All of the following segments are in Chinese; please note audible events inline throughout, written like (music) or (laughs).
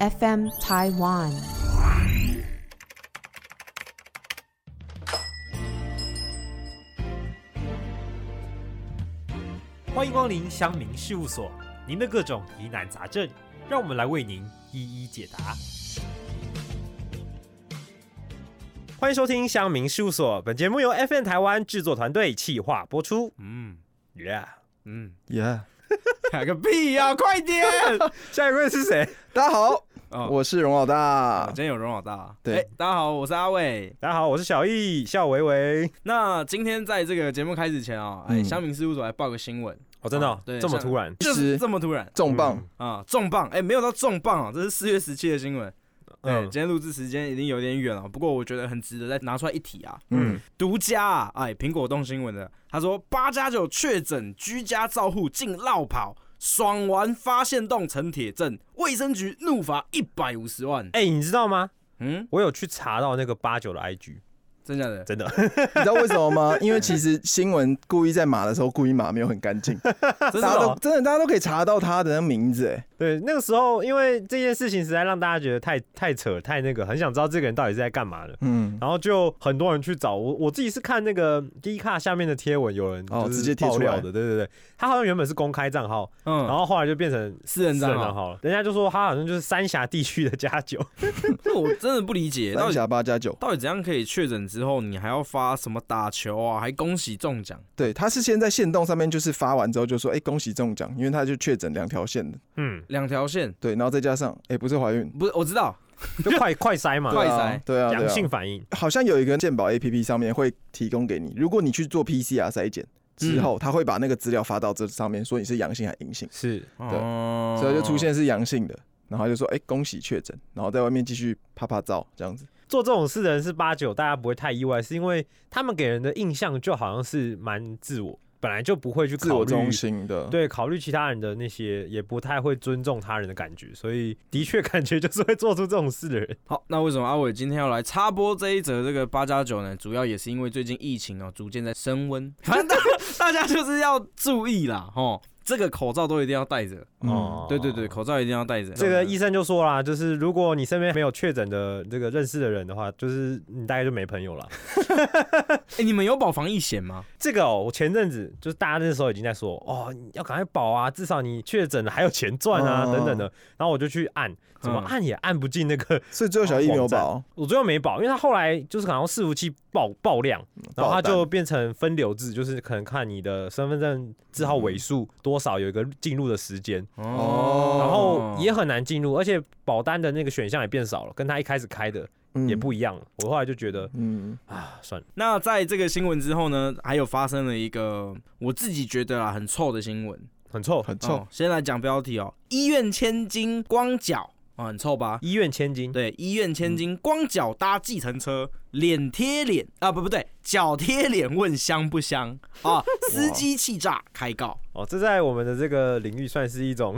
FM Taiwan。欢迎光临乡民事务所，您的各种疑难杂症，让我们来为您一一解答。欢迎收听乡民事务所，本节目由 FN 台湾制作团队企划播出。嗯 Yeah，嗯，耶！喊个屁呀、快点！下一位是谁？大家好， (laughs) 哦我是荣老我大。今天有荣老大。对哎大家好，我是阿伟。大家好，我是小易夏维维。那今天在这个节目开始前啊、哎，嗯乡民事务所来报个新闻，哦，真的哦哦对这么突然？其就实是这么突然重磅，啊、重磅！哎、没有到重磅啊，这是四月十七的新闻。对，嗯今天录制时间已经有点远了，不过我觉得很值得再拿出来一提啊。嗯，独家啊，哎，苹果动新闻的，他说八加九确诊居家照护竟绕跑，爽完发现洞成铁证，卫生局怒罚一百五十万。哎、你知道吗？嗯，我有去查到那个八九的 IG，真假的？真的，你知道为什么吗？ (laughs) 因为其实新闻故意在码的时候故意码没有很干净， (laughs) 真大的家哦、都真的大家都可以查到他的名字。哎，对，那个时候因为这件事情实在让大家觉得太太扯太那个，很想知道这个人到底是在干嘛的。嗯，然后就很多人去找我，我自己是看那个 D 卡下面的贴文，有人哦就是直接贴爆出来料的，对对对，他好像原本是公开账号，嗯，然后后来就变成私人私人账账号，号了，人家就说他好像就是三峡地区的家酒，这我真的不理 (laughs) 解，到三底峡八加九，到底怎样可以确诊之后，你还要发什么打球啊，还恭喜中奖？对，他是先在线动上面就是发完之后就说，哎，恭喜中奖，因为他就确诊两条线的，嗯，两条线，对，然后再加上，哎，不是怀孕，不是我知道， (laughs) 就快快筛 (laughs) 嘛，快对筛啊，对啊，阳对性啊，反应，好像有一个健保 A P P 上面会提供给你，如果你去做 P C R 筛检之嗯后，他会把那个资料发到这上面，说你是阳性还阴性。是对哦所以就出现是阳性的，然后就说哎、恭喜确诊，然后在外面继续拍拍照这样子。做这种事的人是八九，大家不会太意外，是因为他们给人的印象就好像是蛮自我，本来就不会去考虑自我中心的，，对，考虑其他人的那些，也不太会尊重他人的感觉，所以的确感觉就是会做出这种事的人。好，那为什么阿伟今天要来插播这一则这个八加九呢？主要也是因为最近疫情哦，逐渐在升温， (laughs) 反正大大家就是要注意啦，吼，这个口罩都一定要戴着，嗯哦、对对对，口罩一定要戴着。这个医生就说啦，就是如果你身边没有确诊的这个认识的人的话，就是你大概就没朋友了。 (laughs) 哎、你们有保防疫险吗？这个哦，我前阵子就是大家那时候已经在说，哦，你要赶快保啊，至少你确诊了还有钱赚啊，哦等等的。然后我就去按，怎么嗯按也按不进那个， (laughs) 所以最后小疫苗保，我最后没保，因为他后来就是好像伺服器爆爆量，然后它就变成分流制，就是可能看你的身份证字号尾数多少有一个进入的时间，嗯哦然后也很难进入，而且保单的那个选项也变少了，跟他一开始开的嗯也，不一样了。我后来就觉得嗯，啊，算了，那在这个新闻之后呢，还有发生了一个我自己觉得啦很臭的新闻。很臭。很 (laughs) 臭，哦先来讲标题哦，医院千金光脚哦，很臭吧？医院千金，对，医院千金光脚搭计程车，脸贴脸啊，不不对，脚贴脸问香不香啊？司机气炸开告，哦，这在我们的这个领域算是一种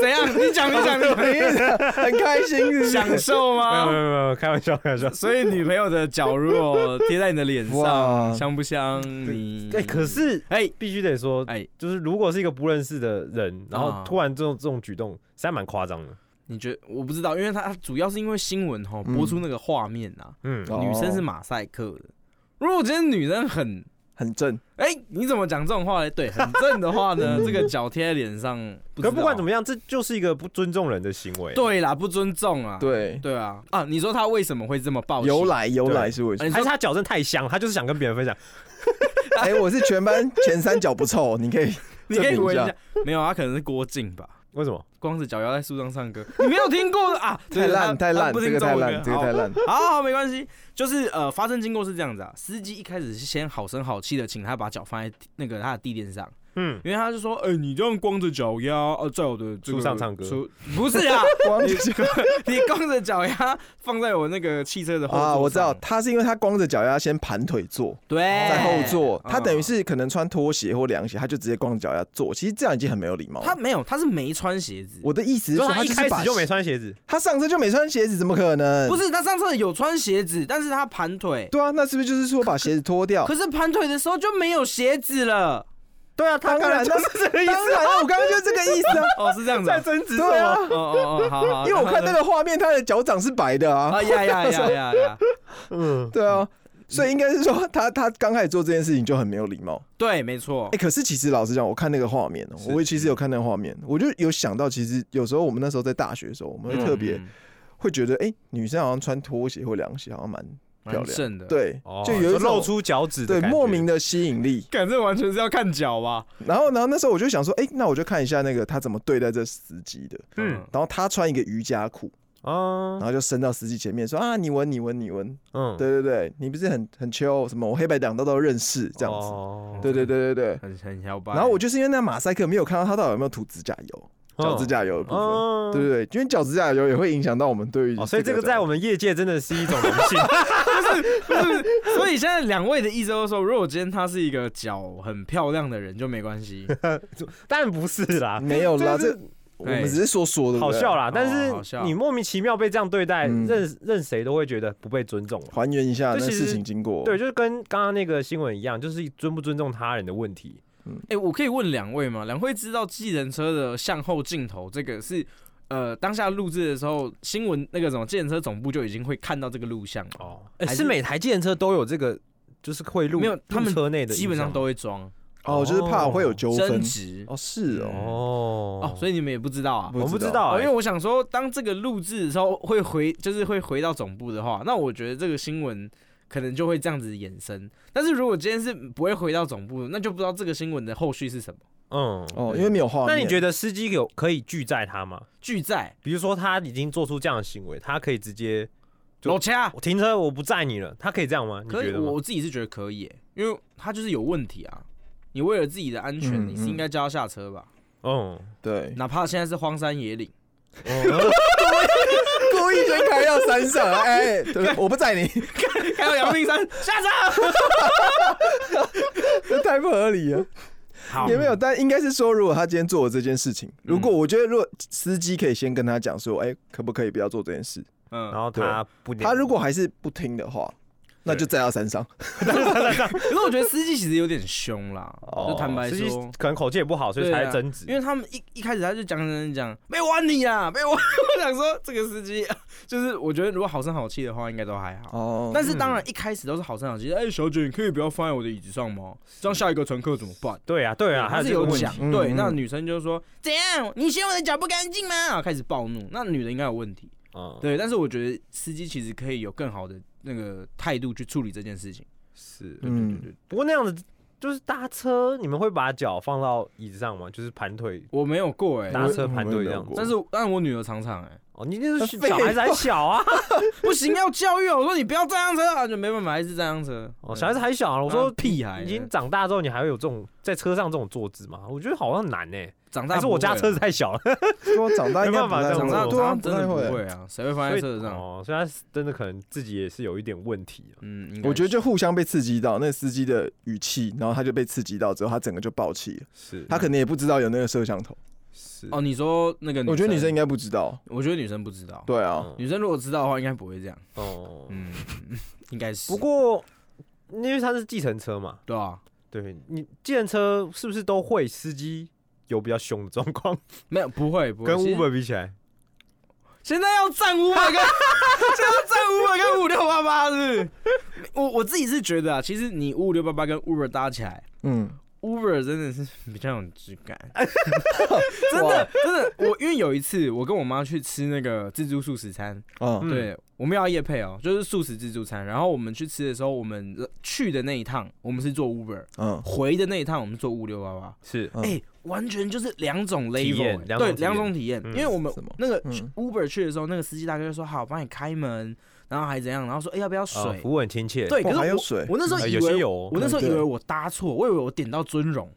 怎样？你讲你讲，你哎很开心是不是讲享受没有没吗？有没 (laughs) 有，开玩笑开玩笑。所以女朋友的脚如果贴在你的脸上，哇香不香？你哎，可是哎必须得说，哎，就是如果是一个不认识的人，然后突然这种这种举动，实在蛮夸张的。你觉得我不知道，因为它主要是因为新闻哈嗯播出那个画面啊，嗯，哦女生是马赛克的。如果今天女生很很正，哎、你怎么讲这种话呢？对，很正的话 (laughs) 呢，这个脚贴在脸上，不可不管怎么，么样，这就是一个不尊重人的行为。对啦，不尊重啊，对，对啊啊！你说他为什么会这么暴喜？由来由来对是为什哎 (laughs) 么？还是他矫正太香，他就是想跟别人分享。哎、我是全班前三角不臭，你可以你可以证明闻一一下下，没有，他可能是郭靖吧。为什么？光着脚摇在树上唱歌，你没有听过的啊？太烂太烂，不这听个中太文烂，这个太 (laughs) 烂，好好好，没关系，就是呃，发生经过是这样子啊，司机一开始是先好声好气的请他把脚放在那个他的地垫上，嗯，因为他就说，哎、你这样光着脚丫，呃、在我的这个树上唱歌树，不是啊， (laughs) 光你你光着脚丫放在我那个汽车的后座上啊，我知道，他是因为他光着脚丫先盘腿坐。对，在后座，哎嗯他等于是可能穿拖鞋或凉鞋，他就直接光着脚丫坐。其实这样已经很没有礼貌了。他没有，他是没穿鞋子，我的意思是所说，以他啊一就开是把始就没穿鞋子，他上车就没穿鞋子，怎么可能？不，是他上车有穿鞋子，但是他盘腿，对啊，那是不是就是说把鞋子脱掉？可是盘腿的时候就没有鞋子了。对啊，他当然就是这个意当思然啊，啊，我刚刚就是这个意思啊，哦，是这样子 (laughs) 啊在。争执什对啊么？，哦哦哦，好好。因为我看那个画面，他的脚掌是白的 (laughs) 啊，啊呀呀呀呀呀，嗯，对啊，所以应该是说他他刚开始做这件事情就很没有礼貌。对，没错哎、。可是其实老实讲，我看那个画面哦，是我其实有看那个画面，我就有想到，其实有时候我们那时候在大学的时候，我们会特别嗯会觉得，哎、女生好像穿拖鞋或凉鞋好像蛮漂蛮亮正的。，对哦，就有一露种出脚趾的对感觉莫名的吸引力。感这完全是要看脚吧？然后，然后那时候我就想说，哎、那我就看一下那个他怎么对待这司机的。嗯然后他穿一个瑜伽裤，然啊，后就伸到司机前面说啊，你闻，你闻，你闻。嗯，对对对，你不是很很 chill 什么？我黑白两道都认识这样子。子对对对对对。很很摇摆。然后我就是因为那马赛克没有看到他到底有没有涂指甲油，脚指甲油的部嗯分，哦对对对，因为脚指甲油也会影响到我们对于哦，所以这个在我们业界真的是一种荣 (laughs) 幸。 (laughs) 所以现在两位的意思都是说，如果今天他是一个脚很漂亮的人就没关 (laughs) 系，当然不是啦，没有啦，这这我们只是说说的，对不好对笑啦。哦但好是笑你莫名其妙被这样对待，嗯任任谁都会觉得不被尊重了。还原一下这那其实事情经过，对，就是跟刚刚那个新闻一样，就是尊不尊重他人的问题。哎、我可以问两位吗？两位知道计程车的向后镜头这个是呃当下录制的时候，新闻那个什么计程车总部就已经会看到这个录像了，哦，哎还是是每台计程车都有这个，就是贿赂没有他们入车内的影像，基本上都会装哦，就是怕会有纠争纷，执哦是哦，哦嗯哦，所以你们也不知道啊。我们不知知道哦，欸，因为我想说，当这个录制的时候会回，就是会回到总部的话，那我觉得这个新闻可能就会这样子衍生。但是如果今天是不会回到总部的，那就不知道这个新闻的后续是什么。嗯，哦，因为没有画面，那你觉得得司机有可以拒载他吗？拒载比如说他已经做出这样的行为，他可以直接就老掐，我停车我不载你了，他可以这样吗？你可觉以，得吗我我自己是觉得可以耶，因为他就是有问题啊。你为了自己的安全，嗯你是应该叫他下车吧？嗯，对， (laughs) 哪怕现在是荒山野岭， (laughs) 哦故意先开到山上， (laughs) 哎，对我不载你， (laughs) 开到阳明山 (laughs) 下车。这太不合理了，好也没有，但应该是说，如果他今天做了这件事嗯情，如果我觉得，如果司机可以先跟他讲说，哎，可不可以不要做这件事？然嗯，后他不鸟你，他如 (laughs) 果还是不听的话，那就载到山上。可是我觉得司机其实有点凶啦，哦就坦白司机说。可能口气也不好，所以对啊才争执因。为他们一一开始他就讲讲讲，没玩你啊， (laughs) 没玩。我想说这个司机， (laughs) 就是我觉得如果好声好气的话，应该都还好。哦但是当然一开始都是好声好气，哎、小姐，你可以不要放在我的椅子上吗？这样下一个乘客怎么办？对啊，对啊，他是这个有问题讲，嗯对，嗯那女生就说怎样？你嫌我的脚不干净吗？然后开始暴怒，那女的应该有问题，哦嗯，对。但是我觉得司机其实可以有更好的那个态度去处理这件事情，是。对嗯对对对。不过那样子就是搭车，你们会把脚放到椅子上吗？就是盘腿我没有过哎、搭车盘腿这样子我我。但是但我女儿常常哎、哦，你那是废小孩子还小啊，不行要教育啊，我说你不要这样车啊，就没办法还是这样车。哦，小孩子还小啊。我说啊屁孩已经长大之后，你还会有这种在车上这种坐姿吗？我觉得好像很难呢。长大还是不会啊我家车子太小了，说长大应该不太没会办长法大对啊，长大不真太的不会。会啊，谁会放在车子上？哦，所以他真的可能自己也是有一点问题啊。嗯，应该我觉得是就互相被刺激到，那司机的语气，然后他就被刺激到之后，他整个就爆气了。是，嗯他可能也不知道有那个摄像头，是哦，你说那个，我觉得女生应，该不知道。我觉得女生不知道，对啊，嗯女生如果知道的话，应该不会这样。哦， (laughs) 嗯，应该是。不过因为他是计程车嘛，对啊，对你计程车是不是都会司机有比较凶的状况？没有不会，不会跟其实 Uber 比起来，现在要占五 (laughs) 百跟，现在要占五百跟五六八八是不是？我我自己是觉得啊，其实你五五六八八跟 Uber 搭起来嗯， ，Uber 真的是比较有质感，真的真的。我因为有一次我跟我妈去吃那个自助素食餐，啊，嗯对，我们要夜配哦，就是素食自助餐。然后我们去吃的时候，我们呃去的那一趟我们是坐 Uber，嗯，回的那一趟我们坐五六八八。是嗯哎、完全就是两种体 level，验欸、两对种体验两种体验、嗯因为我们什么那个嗯 Uber 去的时候，那个司机大哥就说好，帮你开门，然后还怎样，然后说哎、要不要水？哦服务很亲切，对，可哦是我、还有水我那时候呃以有些为有哦我那时候以对为我搭错，我以为我点到尊荣，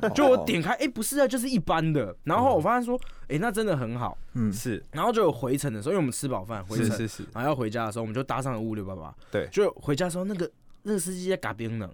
哦就我，点开哎、不是啊，就是一般的，然嗯后我发现说哎、那真的很好，嗯，是然后就有回程的时候，因为我们吃饱饭回程，是是是，然后要回家的时候，我们就搭上了五六八八，对就回家的时候那个。那个司机在嘎冰冷，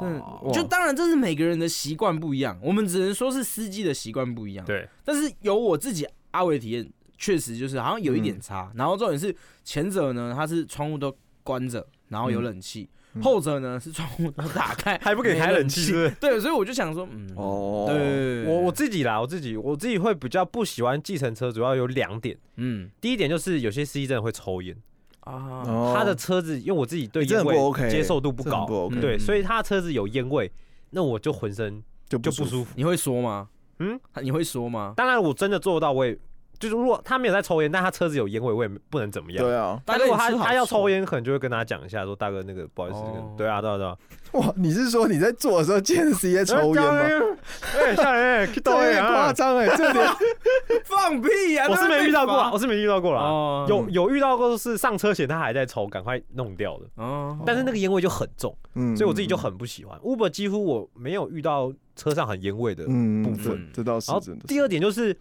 真的哦，就哇当然这是每个人的习惯不一样，我们只能说是司机的习惯不一样。对，但是有我自己阿伟的体验，确实就是嗯好像有一点差。然后重点是前者呢，他是窗户都关着，然后有冷气，后者呢是窗户都打开，嗯还不给没开冷冷气，气是不是？对，所以我就想说，嗯，哦，对，对，对我我，自己啦，我自己我自己会比较不喜欢计程车，主要有两点。嗯第一点就是有些司机真的会抽烟，啊，哦他的车子因为我自己对欸这烟很不味 OK，接受度不这很高，不 OK，嗯对，所以他的车子有烟味，那我就浑身就就不不舒服。舒服。你会说吗？嗯，你会说吗？当然我真的做得到，我也就是如果他没有在抽烟，但他车子有烟味，我也不能怎么样。对啊，但如果他大哥你车好他要臭抽烟，可能就会跟他讲一下，说大哥那个不好意思，这哦个对啊对啊对 (laughs) 啊，哇，你是说你在做的时候见 C 在抽烟吗？吗？哎，吓人哎，这抖有音点夸啊！张哎，这有点放屁呀、我是没遇到过啊，那被我是没遇到过罚啦。哦有有遇到过是上车前他还在抽，赶快弄掉的。哦，但是那个烟味就很重，嗯所以我自己就很不喜欢。Uber 几乎我没有遇到车上很烟味的。嗯部分嗯这倒是然后真的是。第二点就是，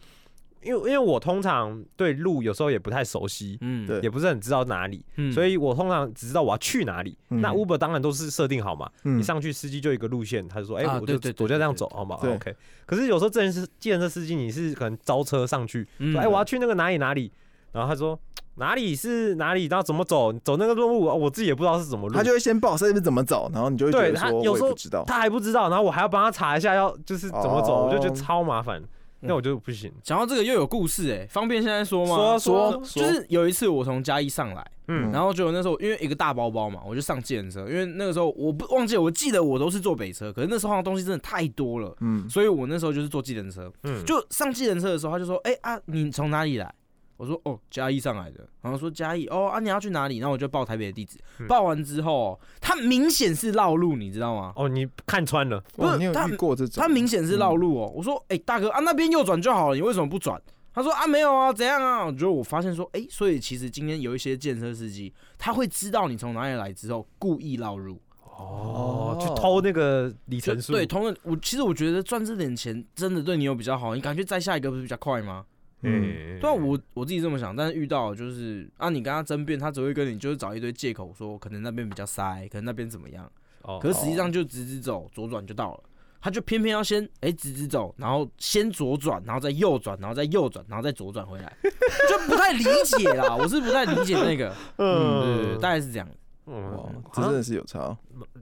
因为因为我通常对路有时候也不太熟悉，嗯对也不是很知道哪里，嗯所以我通常只知道我要去哪里。嗯那 Uber 当然都是设定好嘛，嗯你上去司机就一个路线，他就说，哎、啊我就对对对我就这样走，好吗哦对？OK。可是有时候这人是计程车司机，你是可能招车上去，嗯说哎、我要去那个哪里哪里，然后他说哪里是哪里，然后怎么走，走那个路，哦我自己也不知道是怎么路，他就会先报这边怎么找，然后你就会觉对得他说我有也时候不知道。他还不知道，然后我还要帮他查一下要就是怎么走，哦我就觉得超麻烦，那我就不行。讲到这个又有故事哎、方便现在说吗？说啊说啊就说是有一次我从嘉义上来，嗯然后就有那时候因为一个大包包嘛，我就上计程车，因为那个时候我不忘记了，我记得我都是坐北车，可是那时候好像东西真的太多了，嗯，所以我那时候就是坐计程车。嗯，就上计程车的时候，他就说：“哎、啊，你从哪里来？”我说：“哦，嘉义上来的。”然后说：“嘉义哦啊，你要去哪里？”然后我就报台北的地址，嗯报完之后，他明显是绕路，你知道吗？哦，你看穿了，不是哇你有他遇过这种？他明显是绕路嗯哦。我说，哎、大哥啊，那边右转就好了，你为什么不转？他说啊，没有啊，怎样啊？我觉得我发现说，哎、所以其实今天有一些建车司机，他会知道你从哪里来之后，故意绕路。哦哦，去偷那个里就程数，对，同样我其实我觉得赚这点钱真的对你有比较好，你感觉再下一个不是比较快吗？嗯，嗯，对啊，我我自己这么想，但是遇到就是啊，你跟他争辩，他只会跟你就是找一堆借口说，可能那边比较塞，可能那边怎么样，哦，可是实际上就直直走，左转就到了。他就偏偏要先哎、直直走，然后先左转，然后再右转，然后再右转，然后再左转回来，就不太理解啦。我是不太理解 (laughs) 那个，呃嗯对对对，大概是这样。哇嗯，，好这真像的是有差。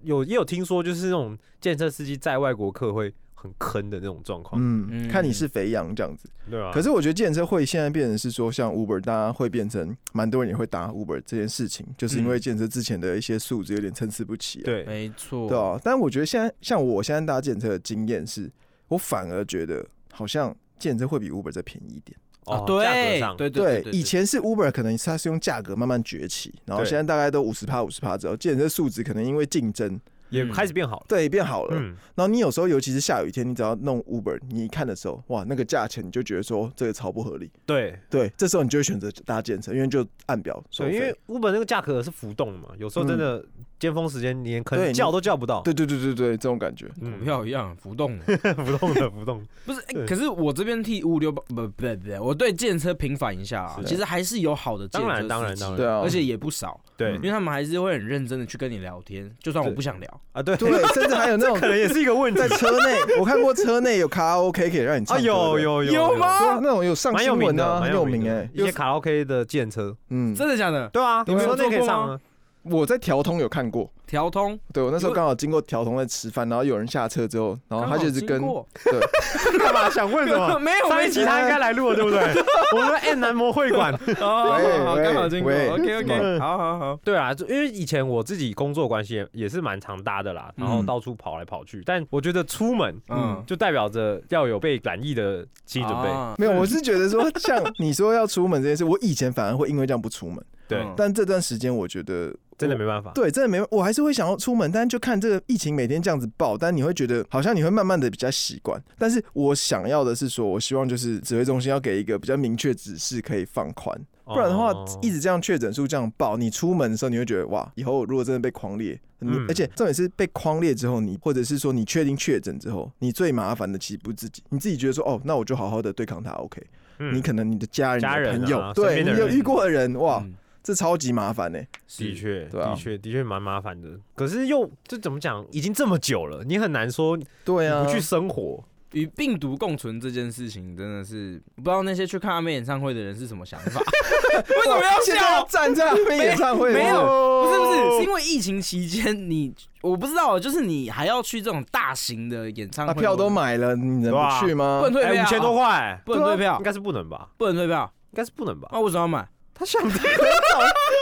有也有听说，就是那种建设司机在外国客会很坑的那种状况，嗯，嗯看你是肥羊这样子。对啊，可是我觉得健身会现在变成是说，像 Uber，大家会变成蛮多人也会打 Uber 这件事情，就是因为健身之前的一些素质有点参差不齐、啊。对，没错，对啊，但我觉得现在像我现在搭健身的经验是，我反而觉得好像健身会比 Uber 再便宜一点。哦啊，，对价格上对对对以前是 Uber 可能它是用价格慢慢崛起，然后对现在大概都五十趴五十趴之后，健身素质可能因为竞争也嗯开始变好了，对变好了。嗯，然后你有时候尤其是下雨天，你只要弄 Uber，你一看的时候，哇，那个价钱你就觉得说这个超不合理。对，对，这时候你就会选择搭健身，因为就按表收对，费。因为 Uber 那个价格是浮动的嘛，有时候真的尖峰时间连可嗯对能你叫都叫不到，对对对对对，这种感觉。嗯股票一样浮动， (laughs) 浮动的浮动，不是？哎对可是我这边替五六八不不不，我对健车平反一下啊，是其实还是有好的健当然车当司然机，当然，对啊，而且也不少，对因为他们还是会很认真的去跟你聊天，就算我不想聊，啊对， (laughs) 对，甚至还有那种可能也是一个问题在车 (laughs) 内，我看过车内有卡拉 OK 可以让你唱啊，歌的有有有有吗对啊那种有上蛮有新名闻的，啊，蛮很有有名名的哎，。一些有卡拉 OK 的建车，嗯，真的假的？对啊，你们有车内可以坐过上啊，我在调通有看过，调通，对我那时因候为刚好经过调通在吃饭，然后有人下车之后，哦然后他就一直跟刚好经过对干嘛 (laughs) 想问什 (laughs) 么？ (laughs) 没有上没一期他应该来录了，对不对？ (laughs) 我们的 N 男模会 (laughs) 馆， (laughs) 哦，好，喂刚好经过喂，OK 嗯 OK，好好好，对啊，就因为以前我自己工作关系也也是蛮常搭的啦，然后嗯到处跑来跑去，但我觉得出门嗯，就代表着要有被染疫的心理准备，啊没有，我是觉得说像你说要出门这件事，我以前反而会因为这样不出门，对，嗯但这段时间我觉得真的没办法。对，真的没，我还是会想要出门，但就看这个疫情每天这样子爆，但你会觉得好像你会慢慢的比较习惯。但是我想要的是说，我希望就是指挥中心要给一个比较明确指示，可以放宽，不然的话、哦一直这样确诊数这样爆，你出门的时候你会觉得哇，以后如果真的被框列，你嗯而且重点是被框列之后你，或者是说你确定确诊之后，你最麻烦的其实不是自己，你自己觉得说哦，那我就好好的对抗它，OK，、嗯你可能你的家人、家你的人朋友，啊身对边的你有人遇过的人，哇，嗯这超级麻烦欸呢、的是确，对啊的确，的确蛮麻烦的。可是又这怎么讲？已经这么久了，你很难说你对啊，不去生活。与病毒共存这件事情真的是不知道那些去看阿妹演唱会的人是什么想法，为什么要现在要笑？站在那边演唱会？没有，哦不是不是，是因为疫情期间你我不知道，就是你还要去这种大型的演唱把会，啊票都，买了，你能对啊不去吗不？能退哎，票，五千多哦，块，不能啊退票哦应，该是不能吧？不能退票，应该是不能吧？那为什么要哎买？他想听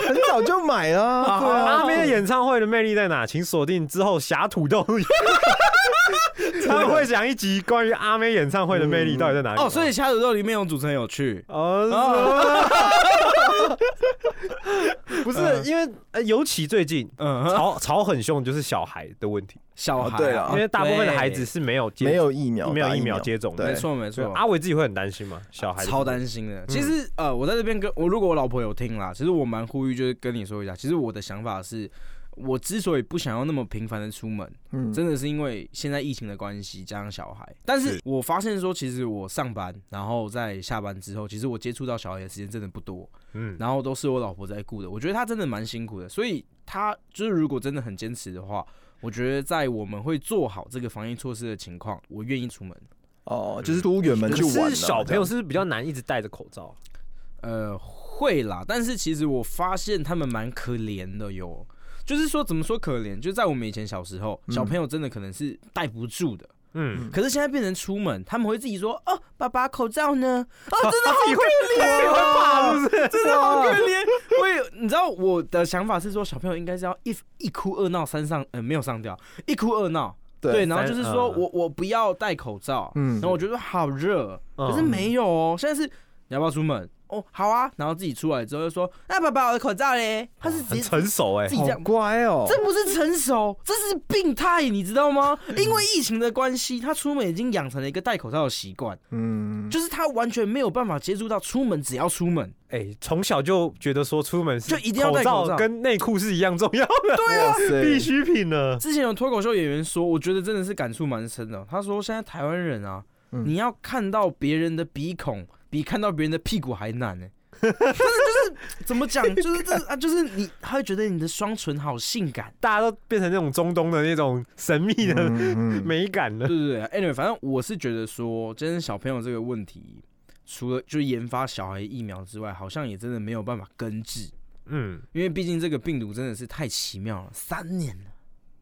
很早就买了， (laughs) 对啊。阿妹的演唱会的魅力在哪？请锁定之后侠土豆。 (laughs) 他们会讲一集关于阿妹演唱会的魅力到底在哪里。哦，所以小土豆里面有主持人有 (laughs) 去，嗯啊哦，是不是因为呃尤其最近嗯，吵吵很凶，就是小孩的问题，小孩啊，哦对啦因为大部分的孩子是没有接啊没有疫苗，没有打疫疫苗接种的对没，错没所以错，阿伟自己会很担心嘛，小孩的嗯超部分担心的。其实呃，我在这边跟我如果我老婆有听啦，其实我蛮呼吁，就是跟你说一下，其实我的想法是。我之所以不想要那么频繁的出门，嗯，真的是因为现在疫情的关系，加上小孩。但是是我发现说，其实我上班，然后在下班之后，其实我接触到小孩的时间真的不多，嗯，然后都是我老婆在顾的。我觉得她真的蛮辛苦的，所以她就是如果真的很坚持的话，我觉得在我们会做好这个防疫措施的情况，我愿意出门。哦，就是出远门去可玩啊。是小朋友这样是不是比较难一直戴着口罩？呃，会啦，但是其实我发现他们蛮可怜的哟。就是说，怎么说可怜？就在我们以前小时候，小朋友真的可能是戴不住的。嗯，可是现在变成出门，他们会自己说：“哦，爸爸口罩呢？” (laughs) 哦，真的他自己会自己会怕，是不是？真的好可怜。我也你知道我的想法是说，小朋友应该是要一一哭二闹三上，呃，没有上吊，一哭二闹。对，对，然后就是说三嗯我我不要戴口罩，嗯然后我觉得好热，嗯可是没有哦，现在是你要不要出门？哦，好啊，然后自己出来之后就说，那爸爸我的口罩嘞，他是直很接成熟哎自，己这好样。乖哦，这不是成熟，这是病态，你知道 (laughs) 吗？因为疫情的关系，他出门已经养成了一个戴口罩的习惯，嗯，就是他完全没有办法接触到出门，只要出门，哎，从小就觉得说出门是就一定要戴口罩罩跟内裤是一样重要的，哇塞啊必需品呢。之前有脱口秀演员说，我觉得真的是感触蛮深的。他说现在台湾人啊，嗯你要看到别人的鼻孔，比看到别人的屁股还难呢、真的就是怎么 (laughs) 讲，就是这啊，就是你，他会觉得你的双唇好性感。大家都变成那种中东的那种神秘的嗯嗯美感了对。对对，anyway，反正我是觉得说，今天小朋友这个问题，除了就是研发小孩疫苗之外，好像也真的没有办法根治，嗯，因为毕竟这个病毒真的是太奇妙了，三年了。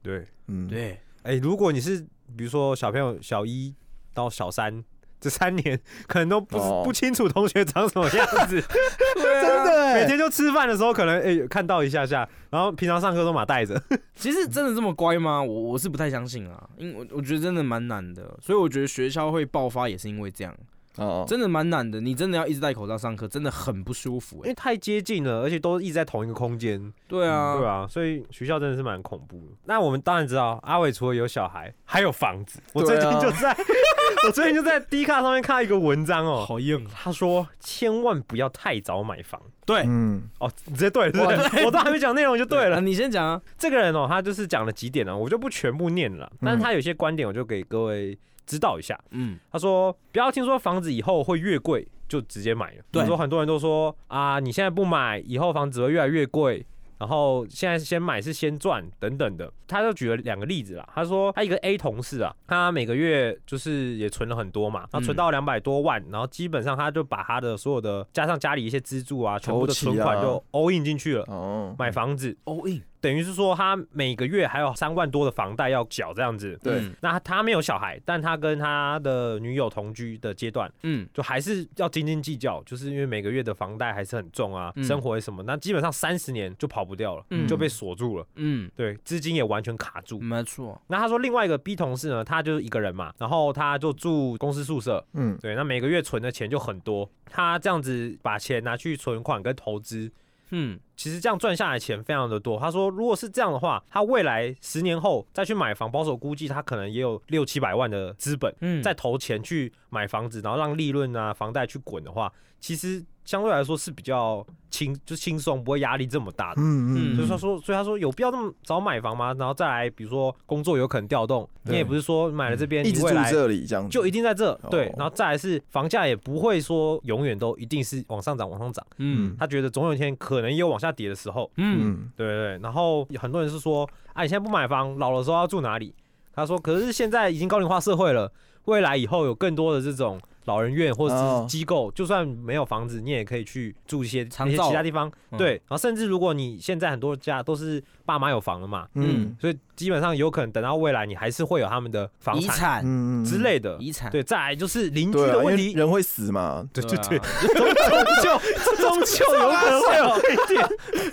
对。嗯，对，哎、如果你是比如说小朋友小一到小三这三年，可能都不、哦不清楚同学长什么样 (laughs) 子，啊真的每欸，天就吃饭的时候可能哎、看到一下下，然后平常上课都马带着。其实真的这么乖吗？我我是不太相信啊，因为我我觉得真的蛮难的，所以我觉得学校会爆发也是因为这样，哦，真的蛮难的。你真的要一直戴口罩上课，真的很不舒服、因欸。为太接近了，而且都一直在同一个空间，对啊，对啊，所以学校真的是蛮恐怖的。那我们当然知道，阿伟除了有小孩，还有房子。我最对近啊就在， (laughs) 我最近就在 D 卡上面看到一个文章哦， (laughs) 好硬啊。他说千万不要太早买房。对，嗯，哦，你直接对了，是不哇 (laughs) 是我都还没讲内容就对了啊。你先讲啊。这个人哦，他就是讲了几点呢、我就不全部念了啦，但是他有些观点我就给各位知道一下。嗯，他说，不要听说房子以后会越贵就直接买了。比对如说很多人都说啊，你现在不买，以后房子会越来越贵。然后现在先买是先赚等等的，他就举了两个例子啦。他说他一个 A 同事啊，他每个月就是也存了很多嗯嘛，他存到两百多万，然后基本上他就把他的所有的加上家里一些资助啊，全部的投期啊存款就 all in 进去了，哦，买房子。 all in。等于是说他每个月还有三万多的房贷要缴这样子。对嗯那他没有小孩，但他跟他的女友同居的阶段，嗯，就还是要斤斤计较，就是因为每个月的房贷还是很重啊，嗯生活也什么，那基本上三十年就跑不掉了，嗯就被锁住了，嗯，对，资金也完全卡住。没错。那他说另外一个 B 同事呢，他就是一个人嘛，然后他就住公司宿舍，嗯，对，那每个月存的钱就很多，他这样子把钱拿去存款跟投资，嗯，其实这样赚下来的钱非常的多。他说，如果是这样的话，他未来十年后再去买房，保守估计他可能也有六七百万的资本，嗯再投钱去买房子，然后让利润啊、房贷去滚的话，其实相对来说是比较轻，就轻松，不会压力这么大的。嗯嗯，所以他说，所以他说有必要这么早买房吗？然后再来，比如说工作有可能调动，对你也不是说买了这边，嗯一你直住未来这里这样子，就一定在这，对哦。然后再来是房价也不会说永远都一定是往上涨，往上涨。嗯他觉得总有一天可能也有往下跌的时候，嗯嗯，对对对。然后很多人是说，啊，你现在不买房，老的时候要住哪里？他说，可是现在已经高龄化社会了，未来以后有更多的这种老人院或者哦是机构，就算没有房子，你也可以去住一些长一些照其他地方。嗯对，然后甚至如果你现在很多家都是爸妈有房了嘛，嗯所以基本上有可能等到未来你还是会有他们的房遗产产，嗯之类的。遗产，对，再来就是邻居对啊的问因为题，人会死嘛，对对 (laughs) 对，啊，就终究有可能会有一点。 (laughs)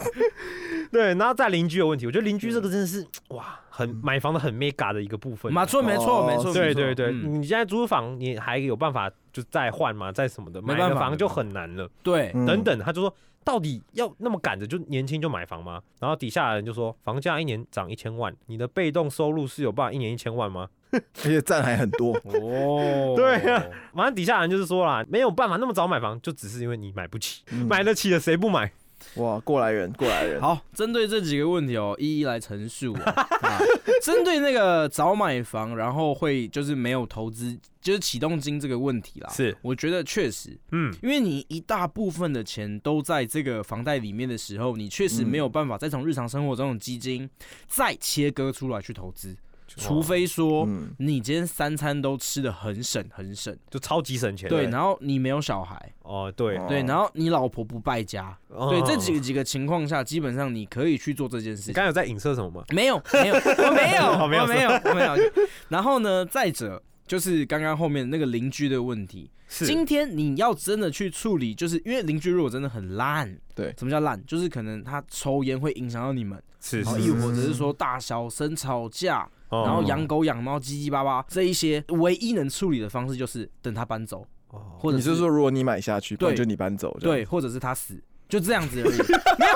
对，然后再邻居的问题，我觉得邻居这个真的是哇，很买房的很 mega 的一个部分。没错没错哦没错，对没错对对，嗯你现在租房你还有办法就再换吗？再什么的，没买办法个房就很难了。 (laughs) 对，嗯等等，他就说到底要那么赶着就年轻就买房吗？然后底下的人就说，房价一年涨一千万，你的被动收入是有办法一年一千万吗？而且赞还很多， (laughs) 哦，对啊，反正底下人就是说啦，没有办法那么早买房，就只是因为你买不起，嗯买得起的谁不买？哇，过来人，过来人，好，针对这几个问题哦，一一来陈述、哦。啊针对那个早买房，然后会就是没有投资，就是启动金这个问题啦。是我觉得确实，嗯，因为你一大部分的钱都在这个房贷里面的时候，你确实没有办法再从日常生活中的基金再切割出来去投资，除非说嗯，你今天三餐都吃的很省很省，就超级省钱。对，然后你没有小孩，哦，对，哦哦对，然后你老婆不败家，对，这几个几个情况下，基本上你可以去做这件事你情刚。有在影射什么吗？没有，没有，我没有，好我没没有有，我没有。然后呢，再者就是刚刚后面那个邻居的问题，是今天你要真的去处理，就是因为邻居如果真的很烂，对什么叫烂？就是可能他抽烟会影响到你们，是然后是又或者是说大小声吵架，然后哦养狗养猫叽叽巴巴这一些，唯一能处理的方式就是等他搬走，哦，或者你是说如果你买下去，不然对就你搬走，对，，或者是他死，就这样子而已。 (laughs) 没有，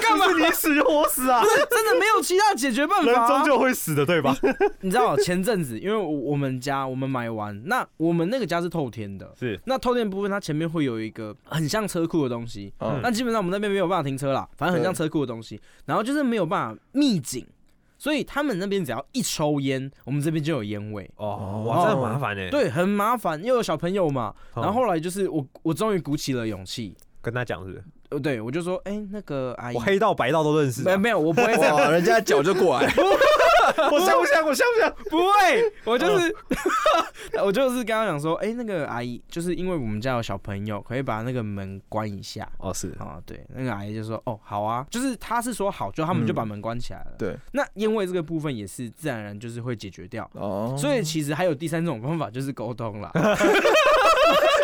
干嘛？你死我死啊不是真的没有其他解决办法、啊，究会死的，对吧？你知道前阵子，因为我我们家我们买完，那我们那个家是透天的，是那透天部分它前面会有一个很像车库的东西，嗯那基本上我们那边没有办法停车啦，反正很像车库的东嗯西，然后就是没有办法密紧，所以他们那边只要一抽烟，我们这边就有烟味。哦哦，哇，这很麻烦呢。，对，很麻烦，又有小朋友嘛。然后哦后来就是我，我终于鼓起了勇气，跟他讲是不是？呃，对我就说，哎、那个阿姨我，黑道白道都认识啊，没没有，我不会这样，哇，人家脚就过 (laughs) 来，我像不哦像？我像不像？ (laughs) 不会，我就是，(laughs) 嗯我就是刚刚讲说，哎、那个阿姨，就是因为我们家有小朋友，可以把那个门关一下。哦，是啊，对，那个阿姨就说，哦，好啊，就是她是说好，就他们就把门关起来了。对，那因为这个部分也是自然而然就是会解决掉，哦，所以其实还有第三种方法就是沟通啦。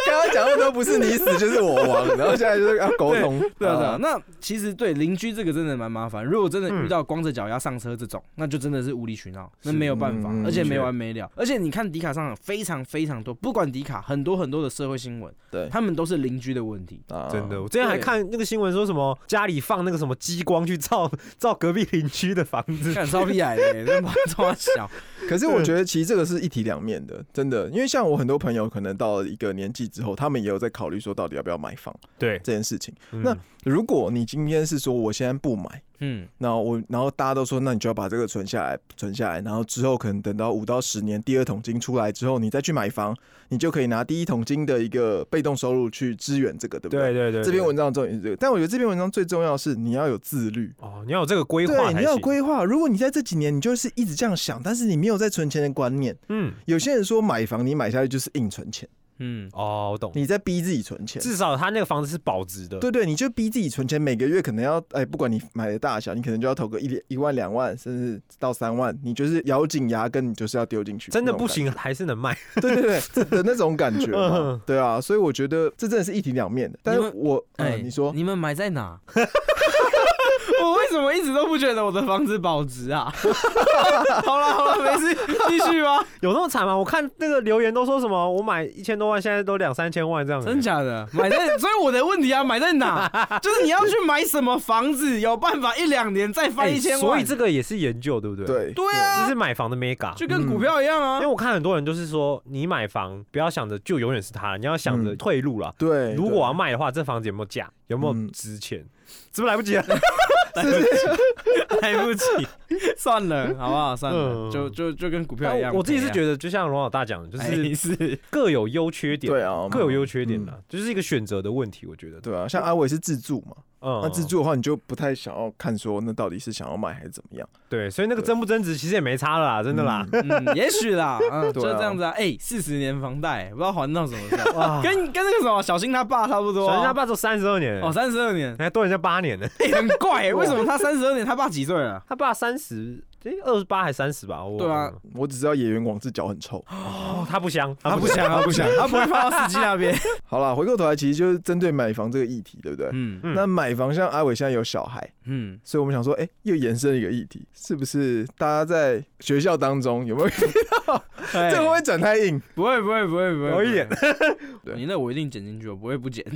刚刚讲的都不是你死就是我亡，然后现在就是要沟通，对啊，对啊啊，那其实对邻居这个真的蛮麻烦。如果真的嗯遇到光着脚要上车这种，那就真的是无理取闹，那没有办法嗯，而且的确没完没了。而且你看迪卡上有非常非常多，不管迪卡很多很多的社会新闻，对他们都是邻居的问题。啊 (laughs) 真的。我之前还看那个新闻说什么家里放那个什么激光去照照隔壁邻居的房 (laughs) 子，看超屁矮的 (laughs) 欸，那么超小，可是我觉得其实这个是一体两面的，真的，因为像我很多朋友可能到了一个年纪之后，他们也有在考虑说到底要不要买房对，这件事情。嗯那如果你今天是说我现在不买，嗯，那我然后大家都说那你就要把这个存下来，存下来，然后之后可能等到五到十年第二桶金出来之后，你再去买房，你就可以拿第一桶金的一个被动收入去支援这个，对不对对对，这篇对文章的重点是这个，但我觉得这篇文章最重要的是你要有自律。哦，你要有这个规划才对，行，你要有规划。如果你在这几年你就是一直这样想，但是你没有在存钱的观念。嗯，有些人说买房，你买下去就是硬存钱，嗯，哦，我懂。你在逼自己存钱。至少他那个房子是保值的，对对，你就逼自己存钱，每个月可能要哎，不管你买的大小，你可能就要投个一一万、两万，甚至到三万，你就是咬紧牙根，你就是要丢进去。真的那不种感觉行还是能卖。对对对的那种感觉嗯嘛。对啊，所以我觉得这真的是一体两面的。但是你们我，哎哎，，你说你们买在 (laughs) 哪？我为什么一直都不觉得我的房子保值 (laughs) 啊？好了好了，没事，继续吧。有那么惨吗？我看那个留言都说什么，我买一千多万，现在都两三千万这样子。真假的？买在， (laughs) 所以我的问题啊，买在 (laughs) 哪？就是你要去买什么房子，有办法一两年再翻哎一千万？所以这个也是研究，对不对？，对对这啊，是买房的 mega。就跟股票一样啊因为。我看很多人就是说，你买房不要想着就永远是它，你要想着嗯退路啦。对，如果我要卖的话，这房子有没有价？有没有嗯值钱？是不是来不及了？对是不是来不及。算了，好不好？算了，嗯就就就跟股票一但样。我我自己是得觉得，就像罗老大讲的，就是 (laughs) 是各有优缺点，对啊，各有优缺点啦，就是一个选择的问题，我觉得。对啊，像阿伟是自助嘛，嗯，那自助的话，你就不太想要看说那到底是想要买还是怎么样，嗯对，所以那个对增不增值其实也没差了啦，真的啦。嗯。嗯，也许啦， (laughs) 嗯，就对啊这样子啊。哎，四十年房贷，不知道还到什么时 (laughs) 候，哇，跟跟那个什么小新他爸差不多小啊。人家爸都三十二年了，哦，三十二年，还多人家八年呢。哎，很怪欸，为什么他三十二年，他爸几岁了？ (laughs) 他爸三十，诶，二十八还三十吧？我对啊，我只知道演员广志脚很臭。哦，他不香，他不香。想，他不想，他不会放到司机那边。好啦，回过头来，其实就是针对买房这个议题，对不对？嗯嗯那买房，像阿伟现在有小孩， (laughs) 嗯，所以我们想说，哎、又延伸一个议题，是不是大家在学校当中有没有？这哎 (laughs) 这会不会转太硬？哎不会不会不会不会，有一点 (laughs) 不会。对你那我一定剪进去，我不会不剪。 (laughs)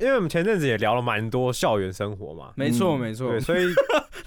因为我们前阵子也聊了蛮多校园生活嘛，没错没错嗯对，，所 (laughs) 以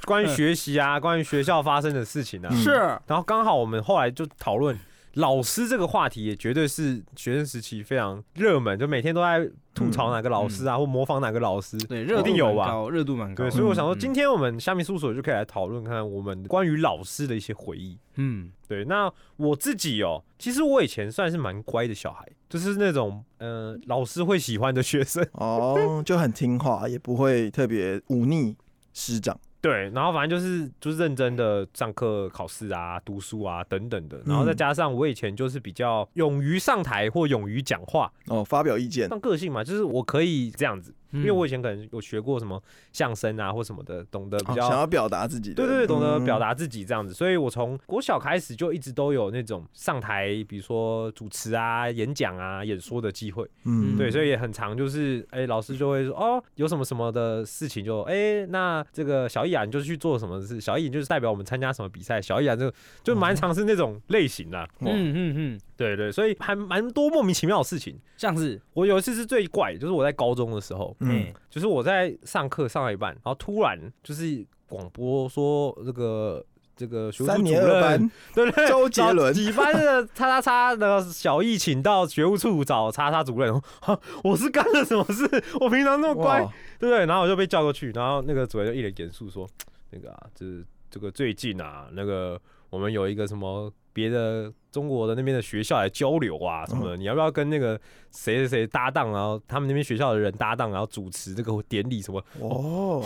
关于学习啊，关于学校发生的事情啊，嗯是然后刚好我们后来就讨论老师这个话题，也绝对是学生时期非常热门，就每天都在吐槽哪个老师啊，或模仿哪个老师。对热一度定有蛮吧高，热度蛮高对，的。所以我想说，嗯今天我们虾米搜索就可以来讨论看看我们关于老师的一些回忆。嗯，对，那我自己哦，其实我以前算是蛮乖的小孩，就是那种呃老师会喜欢的学生。 (laughs) 哦，就很听话，也不会特别忤逆师长。对，然后反正就是就是认真的上课、考试啊、读书啊等等的，然后再嗯加上我以前就是比较勇于上台或勇于讲话，哦，发表意见，像个性嘛，就是我可以这样子，因因为嗯我以前可能有学过什么相声啊或什么的，懂得比哦较、想要表达自己的，对嗯对对，懂得表达。达自己这样子，所以我从国小开始就一直都有那种上台，比如说主持啊、演讲啊、演说的机会。嗯对，所以也很常就是，哎、老师就会说，哦，有什么什么的事情就，哎、那这个小易啊，你就去做什么事，小易你就是代表我们参加什么比赛，小易啊就就蛮常是那种类型啦。嗯哇嗯嗯嗯，对对，所以还蛮多莫名其妙的事情。像是我有一次是最怪的，就是我在高中的时候，嗯嗯，就是我在上课上到一半，然后突然就是广播说这个这个学务处三主年二任班，对不对？ (laughs) 周杰 (laughs) 找伦几班的叉叉叉的小易请到学务处找叉叉主任，哈我是干了什么事？我平常那么乖，哇，对不对？然后我就被叫过去，然后那个主任就一脸严肃说：“那个啊，这这个最近啊，那个我们有一个什么别的中国的那边的学校来交流啊什么的，你要不要跟那个谁谁谁搭档，然后他们那边学校的人搭档，然后主持这个典礼什么？ (laughs) 哦，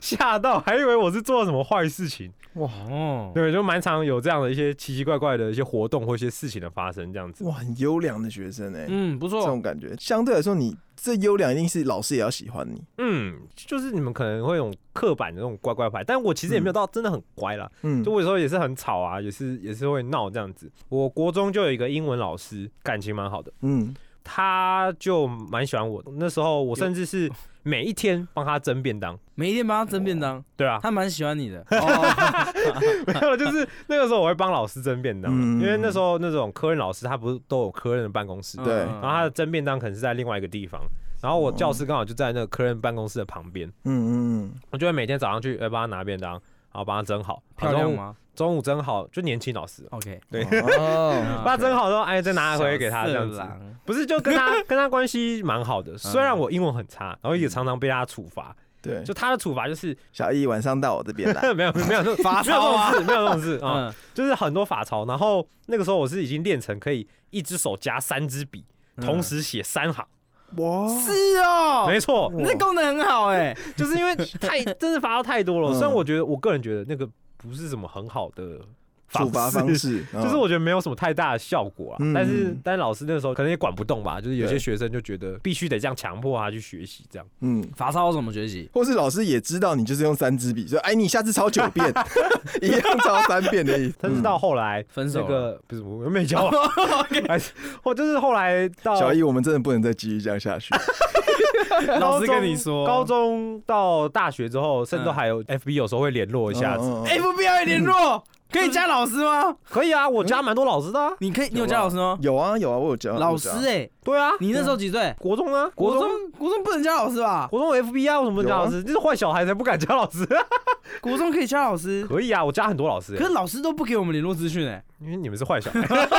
吓到，还以为我是做了什么坏事情。”哇哦，对，就蛮常有这样的一些奇奇怪怪的一些活动或一些事情的发生，这样子。哇，很优良的学生 (laughs) 哎，嗯不这错，种感觉，相对来说，你这优良一定是老师也要喜欢你，嗯，就是你们可能会有刻板的那种乖乖牌，但我其实也没有到真的很乖啦，嗯就，我有时候也是很吵啊，也是也是会闹这样子。我国中就有一个英文老师，感情蛮好的，嗯，他就蛮喜欢我的。那时候我甚至是每一天帮他蒸便当。每一天帮他蒸便当，对 (laughs) 啊，他蛮喜欢你 (laughs) 的。哦，没有，就是那个时候我会帮老师蒸便当，嗯因为那时候那种科任老师他不是都有科任的办公室，对嗯然后他的蒸便当可能是在另外一个地方，然后我教室刚好就在那个科任办公室的旁边，嗯嗯我就会每天早上去，呃，帮他拿便当，然后帮他蒸好，漂然后亮中午吗啊中午蒸好，就年轻老师， ？OK，嗯，对 (laughs) 哦，把他蒸好之后，哎，再拿回给他这样子，子。不是就跟 (laughs) 他跟他关系蛮好的，虽嗯然我英文很差，然后也常常被他处罚，对， (laughs) 就他的处罚就是小易晚上到我这边 (laughs) 来，没有没有没有这种罚抄啊没有这种事，没有这种 (laughs) 事啊，嗯，就是很多法条，然后那个时候我是已经练成可以一只手夹三支笔，嗯同时写三行，哇，是哦，没错，你这功能很好哎。就是因为 (laughs) 太真的罚到太多了。嗯虽然我觉得我个人觉得那个不是什么很好的处罚方式，式，啊就就是我觉得没有什么太大的效果啊。嗯但是但是老师那时候可能也管不动吧，就是有些学生就觉得必须得这样强迫他去学习这样。嗯。罚抄怎么学习？或是老师也知道你就是用三支笔，所以哎，你下次抄九 (laughs) 遍，一样抄三遍嗯的意思。但是到后来分手那了个嗯不是我没 (laughs) 教啊，还是我就是后来到嗯小易，我们真的不能再继续这样下去。老师高中跟你说高中到大学之后，甚至还有 FB 有时候会联络一下子。哎嗯嗯嗯 FBI 联络， (laughs) 可以加老师吗？可以啊，我加蛮多老师的、啊。你可以，你有加老师吗？有啊有啊，我有教老师我有教哎，对啊，你那时候几岁？国中啊，国中。中国中不能加老师吧？ (laughs) 国中 FB 啊，为什么不加老师？这是坏小孩才不敢加老师。啊国中可以加老师，可以啊，我加很多老师、可是老师都不给我们联络资讯哎，因为你们是坏小孩。 (laughs) 是这 (laughs) 样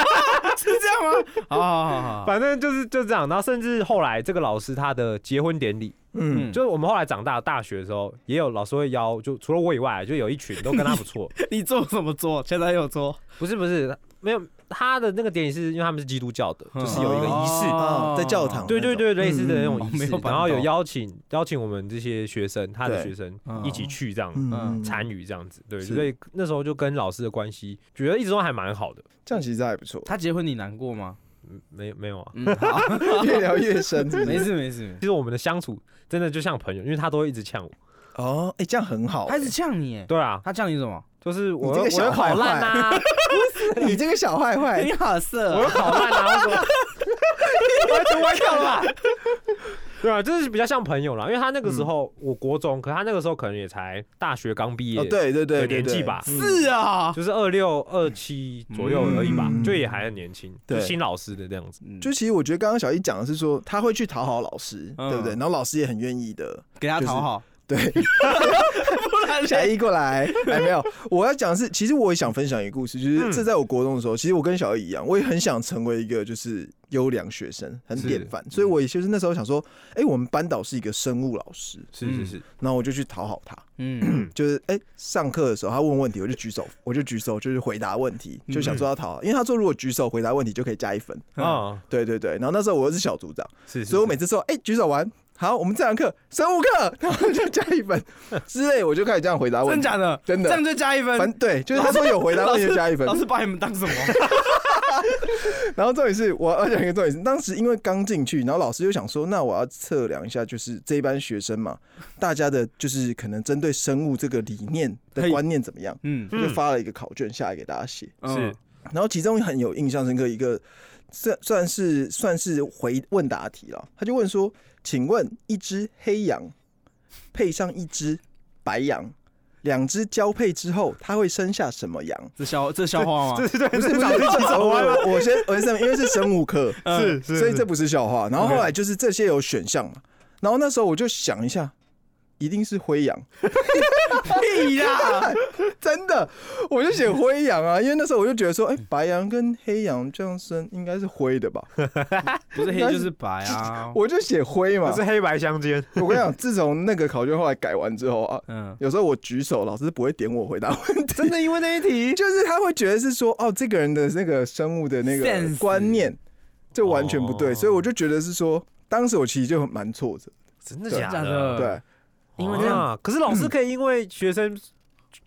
吗？好好好好好，反正就是就这样，然后甚至后来这个老师他的结婚典礼，嗯，就是我们后来长大，大学的时候也有老师会邀，就除了我以外，就有一群都跟他不 (laughs) 错。你做什么做？前男友做，不是不是，没有他的那个典礼是因为他们是基督教嗯的，就是有一个仪式。哦啊，在教堂，对对，对，类似的那种哦嗯嗯仪没式有，办然后有到邀请邀请我们这些学生，他的对学生嗯，一起去这样嗯，参与这样子，对，是所以那时候就跟老师的关系，觉得一直都还蛮好的。这样其实还不错 (laughs) 他结婚你难过吗？嗯，没没有啊， (laughs) 嗯，好，越聊越深，是不是没事没事。其实我们的相处真的就像朋友，因为他都会一直呛我。哦，哎，这样很好，他一直呛你耶，对啊，他呛你什么？就是我你这个我小又坏考烂啊，你这个小坏坏哎 (laughs) 你，好我色又考烂啊，我 (laughs) 完全歪掉了吧？对啊，就是比较像朋友啦，因为他那个嗯时候我国中，可他那个时候可能也才大学刚毕业，哦，对对对，有年对纪吧，嗯是啊，就是二六二七左右而已吧，嗯就也还很年轻，就对新老师的这样子。就其实我觉得刚刚小易讲的是说他会去讨好老师，嗯对不对？然后老师也很愿意的，给他讨好，对，不然小易过来，哎，没有，我要讲的是，其实我也想分享一个故事，就是嗯这在我国中的时候，其实我跟小易一样，我也很想成为一个就是优良学生，很是典范，所以我也就是那时候想说，哎，我们班导是一个生物老师，是是是，然后我就去讨好他，嗯， (coughs) 就是哎、上课的时候他问问题，我就举手，我就举手，就是回答问题，就想说要讨好，因为他说如果举手回答问题就可以加一分，啊，对对对。然后那时候我又是小组长，是，是嗯所以我每次说哎、举手完，好，我们这堂课生物课，然后就加一分之类，我就开始这样回答问真题，假的，真的这样就加一分反。正对，就是他说有回答问题就加一分嗯老。师把你们当什么？ (laughs) 然后重点是我要讲一个重点是，当时因为刚进去，然后老师就想说，那我要测量一下，就是这一班学生嘛，大家的就是可能针对生物这个理念的嘿观念怎么样。嗯，我就发了一个考卷下来给大家写。是然后其中很有印象深刻一个，算算是算是回问答题了。他就问说：“请问一只黑羊配上一只白羊，两只交配之后，它会生下什么羊这笑这笑话吗？是对，嗯不 (laughs) 是不是，不是我我我先我先声明，因为是生物课，是是，所以这不是笑话。然后后来就是这些有选项嘛。然后那时候我就想一下，一定是灰羊。屁啦！ (laughs) 真的，我就写灰羊啊，因为那时候我就觉得说，哎、白羊跟黑羊这样生应该是灰的吧，哦不是黑就是白 (laughs) 啊。我就写灰嘛不。是黑白相间，我跟你讲，自从那个考卷后来改完之后啊，嗯，有时候我举手，老师不会点我回答问题，真的因为那一题，就是他会觉得是说，哦，这个人的那个生物的那个 Sense 观念，这完全不对，哦所以我就觉得是说，当时我其实就很蛮挫折，真的对假假的？的对，因为这样啊，可是老嗯师可以因为学生，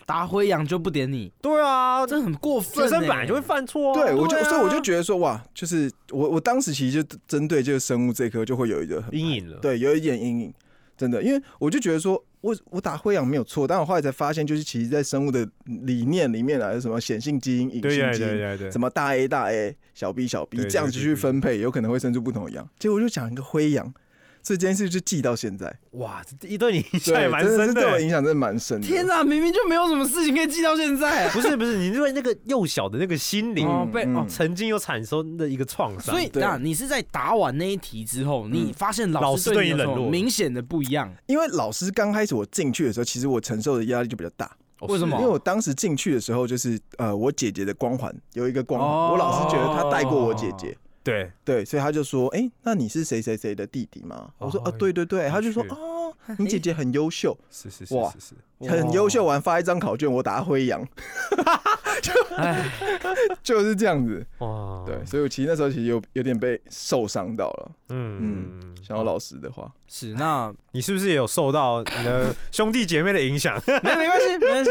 答灰羊就不点你，对 (laughs) 啊，这很过学分欸。生本来就会犯错啊，对，我就啊所以我就觉得说，哇，就是我我当时其实就针对这个生物这一科就会有一个 (laughs) 很阴影了，对，有一点阴影，真的，因为我就觉得说我我打灰羊没有错，但我后来才发现，就是其实在生物的理念里面啊，有什么显性基因、隐性基对因，对对对什对，么大 A 大 A、小 B 小 B 对对这样子对去对分配，有可能会生出不同的羊。结果我就讲一个灰羊，所以这件事就记到现在，哇，这一对你影响也对，蛮真的是深对我的。欸 (laughs) 影响真的蛮深的。天哪，明明就没有什么事情可以记到现在。啊不是不是，你因为那个幼小的那个心灵，哦被哦曾经有产生的一个创伤， (laughs) 所以，对那你是在答完那一题之后，你发现老嗯老师师对你有你冷什么落明显的不一样，因为老师刚开始我进去的时候，其实我承受的压力就比较大，哦为什是么因为我当时进去的时候就是呃，我姐姐的光环有一个光环，哦我老师觉得她带过我姐姐。对，对，所以他就说：“哎、那你是谁谁谁的弟弟吗？”我说：“哦啊，对对对。”他就说：“有趣哦，你姐姐很优秀，是是哇是，很优秀。”完发一张考卷，我打灰羊，哎， (laughs) 就是这样子。哇，对，所以我其实那时候其实有有点被受伤到了。嗯，想要老师的话，是那你是不是也有受到你的兄弟姐妹的影响？没没关系， (laughs) 没关系。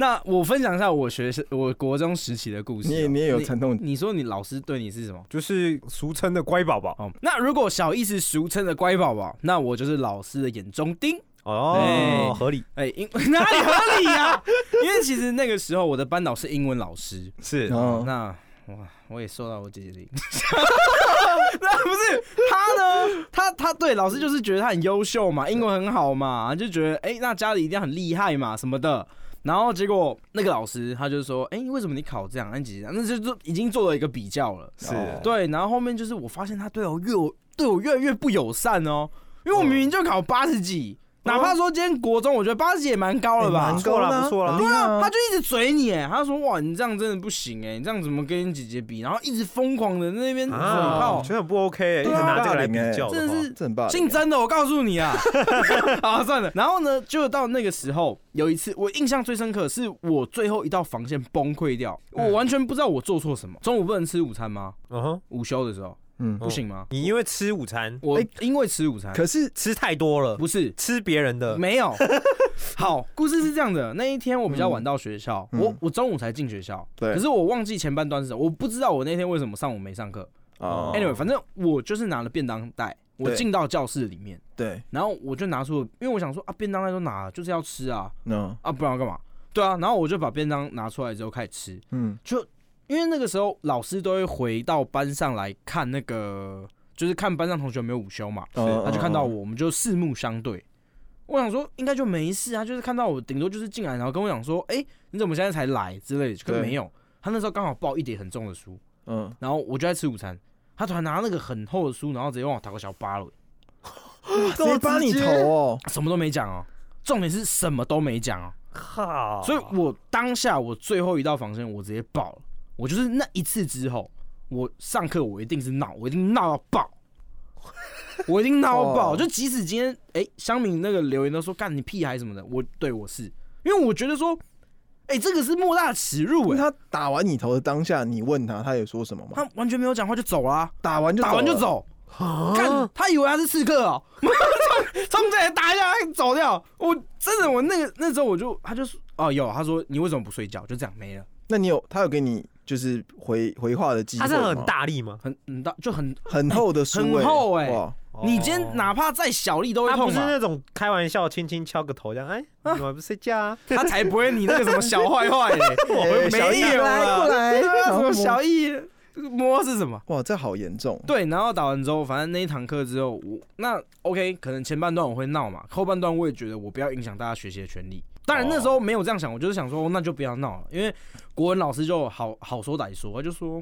那我分享一下我学生我国中时期的故事哦。你也你也有惨痛，你说你老师对你是什么？ (laughs) 就是俗称的乖宝宝哦，那如果小意思俗称的乖宝宝，那我就是老师的眼中钉。哦，对合理哎、因 (laughs) 哪里合理呀、因为其实那个时候我的班导是英文老师，是然后那哇，我也受到我姐姐的影响。 (laughs) 那不是他呢？他他对老师就是觉得他很优秀嘛，英文很好嘛，就觉得哎、那家里一定很厉害嘛什么的。然后结果那个老师他就说，哎、为什么你考这样？安吉，那就就已经做了一个比较了。是哦对，然后后面就是我发现他对我越对我越来越不友善哦，因为我明明就考八十几，哪怕说今天国中，我觉得八十几也哎蛮高了吧蛮？错高啦的啊不错啦很厉害啊他就一直嘴你，哎，他说哇，你这样真的不行，哎，你这样怎么跟你姐姐比？然后一直疯狂的那边嘴啊，炮我觉，得很不 OK，、欸、一直对啊拿这个来比较的真的话，是这很棒。姓真的，我告诉你啊。 (laughs) 好，算了。然后呢，就到那个时候，有一次我印象最深刻，是我最后一道防线崩溃掉，嗯我完全不知道我做错什么。中午不能吃午餐吗？嗯哼，午休的时候嗯，不行吗？你因为吃午餐我哎因为吃午餐，可是吃太多了，不是吃别人呃的，没 (laughs) 有。好，故事是这样的，那一天我比较晚到学校，嗯我嗯我中午才进学校，对可是我忘记前半段是什么，我不知道我那天为什么上午没上课。哦哦， Anyway，反正我就是拿了便当袋，我对进到教室里面，对，然后我就拿出了，因为我想说啊，便当袋都拿了，就是要吃啊，嗯啊，不然要干嘛？对啊，然后我就把便当拿出来之后开始吃，嗯，就因为那个时候老师都会回到班上来看那个，就是看班上同学有没有午休嘛，哦他就看到，哦我，我们就四目相对。我想说应该就没事啊，就是看到我，顶多就是进来，然后跟我讲说，哎、你怎么现在才来之类的，可对没有。他那时候刚好抱一叠很重的书，哦然后我就在吃午餐，他突然拿那个很厚的书，然后直接往我打个小巴了，嗯，直接扒你头哦，什么都没讲哦，重点是什么都没讲哦。靠，所以我当下我最后一道防线我直接爆了，我就是那一次之后，我上课我一定是闹，我一定闹到 (laughs) 爆，我一定闹到爆。哦就即使今天哎、乡民那个留言都说干你屁孩什么的，我对我是，因为我觉得说，哎、这个是莫大的耻辱因为哎、他打完你头的当下，你问他，他有说什么吗？他完全没有讲话就走啦、打完就打完就了，啊走。看，他以为他是刺客哦， (laughs) 冲冲进来打一下，他走掉。我真的，我那个那时候我就，他就说，哦，有，他说你为什么不睡觉？就这样没了。那你有他有给你就是回回话的机会他吗？是很大力吗？很很大，就很。很厚的书、欸，很厚欸哇哦你今天哪怕再小力都会他不痛是嘛，那种开玩笑，轻轻敲个头这样，哎，你们还不睡觉啊？他才不会你那个什么小坏 (laughs) 坏 (laughs) 嘞，哎小没易有来啦，过来，然啊什后么摸小易摸是什么？哇，这好严重，对，然后打完之后，反正那一堂课之后，我那 OK，可能前半段我会闹嘛，后半段我也觉得我不要影响大家学习的权利。当然那时哦候没有这样想，我就是想说哦那就不要闹了，因为国文老师就好好说歹说，他就说，